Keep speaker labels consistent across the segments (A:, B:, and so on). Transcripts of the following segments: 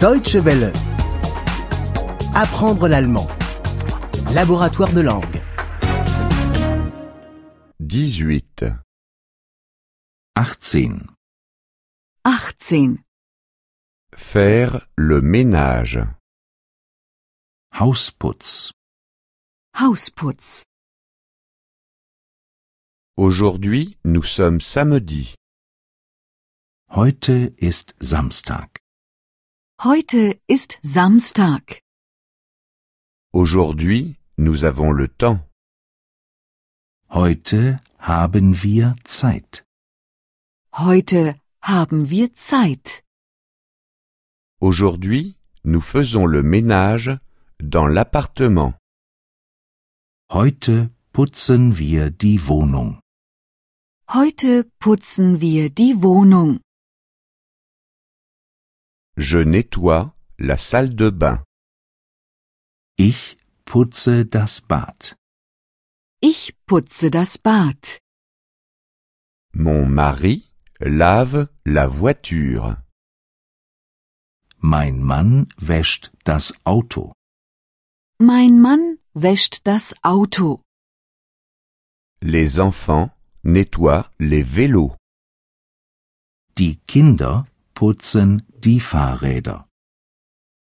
A: Deutsche Welle. Apprendre l'allemand. Laboratoire de langue.
B: 18.
C: 18.
D: 18.
B: Faire le ménage.
C: Hausputz.
D: Hausputz.
B: Aujourd'hui, nous sommes samedi.
C: Heute ist Samstag.
D: Heute ist Samstag.
B: Aujourd'hui, nous avons le temps.
C: Heute haben wir Zeit.
D: Heute haben wir Zeit.
B: Aujourd'hui, nous faisons le ménage dans l'appartement.
C: Heute putzen wir die Wohnung.
D: Heute putzen wir die Wohnung.
B: Je nettoie la salle de bain.
C: Ich putze das Bad.
D: Ich putze das Bad.
B: Mon mari lave la voiture.
C: Mein Mann wäscht das Auto.
D: Mein Mann wäscht das Auto.
B: Les enfants nettoient les vélos.
C: Die Kinder putzen die Fahrräder.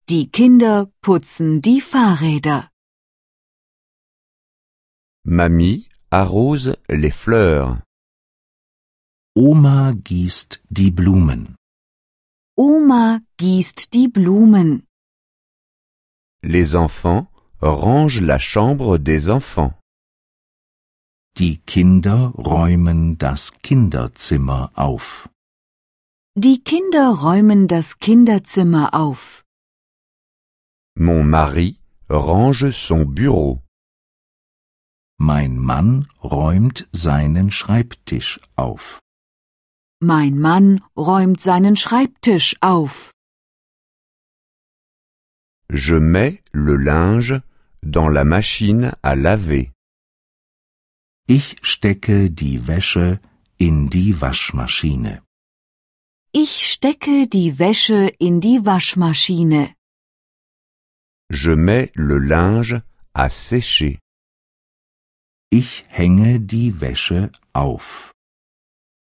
D: Die Kinder putzen die Fahrräder.
B: Mamie arrose les fleurs.
C: Oma gießt die Blumen.
D: Oma gießt die Blumen.
B: Les enfants rangent la chambre des enfants.
C: Die Kinder räumen das Kinderzimmer auf.
D: Die Kinder räumen das Kinderzimmer auf.
B: Mon mari range son bureau.
C: Mein Mann räumt seinen Schreibtisch auf.
D: Mein Mann räumt seinen Schreibtisch auf.
B: Je mets le linge dans la machine à laver.
C: Ich stecke die Wäsche in die Waschmaschine.
D: Ich stecke die Wäsche in die Waschmaschine.
B: Je mets le linge à sécher.
C: Ich hänge die Wäsche auf.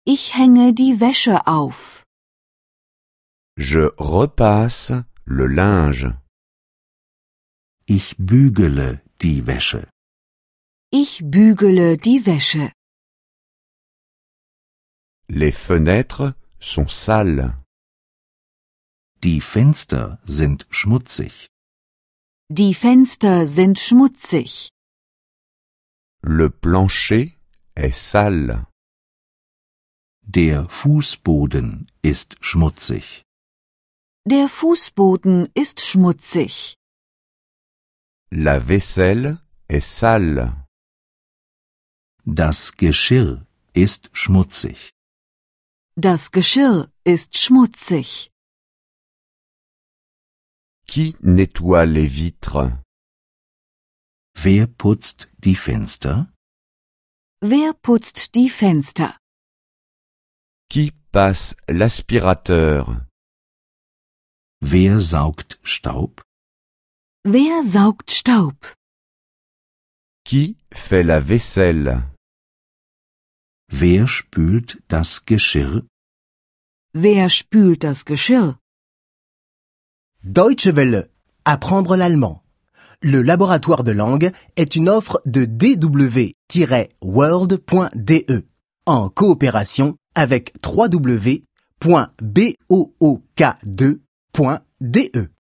D: Ich hänge die Wäsche auf.
B: Je repasse le linge.
C: Ich bügele die Wäsche.
D: Ich bügele die Wäsche.
B: Les fenêtres sont sales.
C: Die Fenster sind schmutzig.
D: Die Fenster sind schmutzig.
B: Le plancher est sale.
C: Der Fußboden ist schmutzig.
D: Der Fußboden ist schmutzig.
B: La vaisselle est sale.
C: Das Geschirr ist schmutzig.
D: Das Geschirr ist schmutzig.
B: Qui nettoie les vitres
C: Wer putzt die Fenster?
D: Wer putzt die Fenster?
B: Qui passe l'aspirateur
C: Wer saugt Staub?
D: Wer saugt Staub?
B: Qui fait la vaisselle
C: Wer spült das Geschirr?
D: Wer spült das Geschirr?
A: Deutsche Welle. Apprendre l'allemand. Le laboratoire de langue est une offre de dw-world.de E. en coopération avec www.book2.de.